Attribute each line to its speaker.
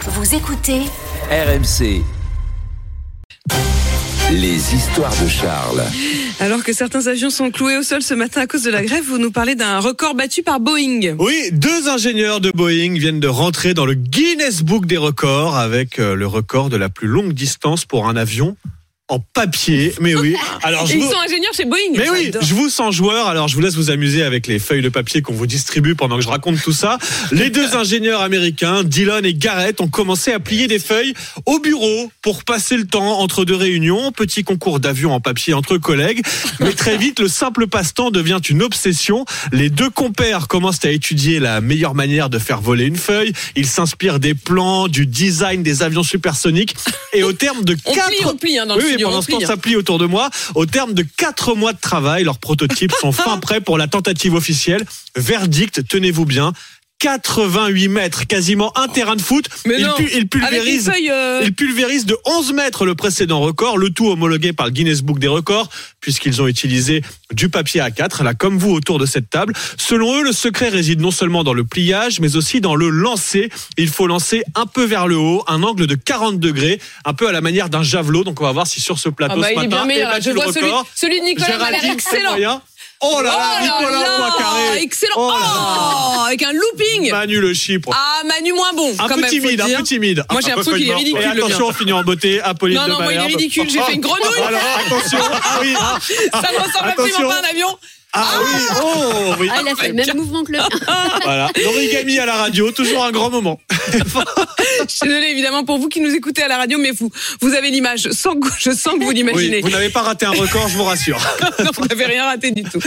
Speaker 1: Vous écoutez
Speaker 2: RMC. Les histoires de Charles.
Speaker 3: Alors que certains avions sont cloués au sol ce matin à cause de la grève, vous nous parlez d'un record battu par Boeing.
Speaker 4: Oui, deux ingénieurs de Boeing viennent de rentrer dans le Guinness Book des records avec euh, le record de la plus longue distance pour un avion en papier. Mais oui. Alors
Speaker 3: Et
Speaker 4: je
Speaker 3: ils
Speaker 4: vous...
Speaker 3: sont ingénieurs chez Boeing.
Speaker 4: Mais oui,
Speaker 3: J'adore.
Speaker 4: je vous sens joueur, alors je vous laisse vous amuser avec les feuilles de papier qu'on vous distribue pendant que je raconte tout ça. Les deux ingénieurs américains, Dylan et Garrett, ont commencé à plier des feuilles au bureau pour passer le temps entre deux réunions, petit concours d'avion en papier entre collègues. Mais très vite, le simple passe-temps devient une obsession. Les deux compères commencent à étudier la meilleure manière de faire voler une feuille. Ils s'inspirent des plans, du design des avions supersoniques. Et au terme de
Speaker 3: On
Speaker 4: quatre...
Speaker 3: plie, on plie hein, dans le
Speaker 4: Oui, oui,
Speaker 3: studio.
Speaker 4: pendant
Speaker 3: on
Speaker 4: ce
Speaker 3: plie,
Speaker 4: temps,
Speaker 3: hein.
Speaker 4: ça plie autour de moi. Au terme de quatre mois de travail, leurs prototypes sont fin prêts pour la tentative officielle. Verdict, tenez-vous bien. 88 mètres, quasiment un terrain de foot.
Speaker 3: Mais
Speaker 4: il,
Speaker 3: non.
Speaker 4: pu-
Speaker 3: hein.
Speaker 4: il
Speaker 3: Avec une
Speaker 4: pulvérise.
Speaker 3: feuille. euh,
Speaker 4: il pulvérise de 11 mètres le précédent record, le tout homologué par le Guinness Book des records, puisqu'ils ont utilisé du papier A4, là comme vous autour de cette table. Selon eux, le secret réside non seulement dans le pliage, mais aussi dans le lancer. Il faut lancer un peu vers le haut, un angle de 40 degrés, un peu à la manière d'un javelot. Donc on va voir si sur ce plateau
Speaker 3: Ah bah,
Speaker 4: ce
Speaker 3: il est
Speaker 4: matin,
Speaker 3: bien meilleur.
Speaker 4: eh ben,
Speaker 3: Je
Speaker 4: le
Speaker 3: vois celui,
Speaker 4: record,
Speaker 3: celui de Nicolas Valère,
Speaker 4: Géraldine
Speaker 3: excellent.
Speaker 4: Savoyen. Oh là là,
Speaker 3: Oh là
Speaker 4: Nicolas
Speaker 3: là,
Speaker 4: Poincaré.
Speaker 3: Excellent.
Speaker 4: Oh
Speaker 3: Oh,
Speaker 4: là là.
Speaker 3: avec un looping.
Speaker 4: Manu le Chypre.
Speaker 3: Ah, Manu moins bon.
Speaker 4: un
Speaker 3: quand
Speaker 4: peu
Speaker 3: même, faut le
Speaker 4: timide, un
Speaker 3: dire.
Speaker 4: peu timide.
Speaker 3: Moi, j'ai
Speaker 4: Un peu
Speaker 3: l'impression qu'il est
Speaker 4: feuille morte.
Speaker 3: ridicule,
Speaker 4: Et
Speaker 3: le
Speaker 4: attention, on finit en beauté. Apolline
Speaker 3: Non,
Speaker 4: de
Speaker 3: non, moi, il est
Speaker 4: Malherbe.
Speaker 3: ridicule. J'ai fait une grenouille.
Speaker 4: hein. Oh, Alors, attention. Ah oui, ah,
Speaker 3: Ça ne ressemble absolument
Speaker 4: Attention.
Speaker 3: pas à un avion.
Speaker 4: ah oui, oh oui.
Speaker 5: Ah, il a fait le même mouvement que le
Speaker 4: Voilà. L'origami à la radio, toujours un grand moment.
Speaker 3: Je suis désolée, évidemment, pour vous qui nous écoutez à la radio, mais vous, vous avez l'image. Je sens que- je sens que vous l'imaginez.
Speaker 4: Oui, vous n'avez pas raté un record, je vous rassure.
Speaker 3: non, vous n'avez rien raté du tout.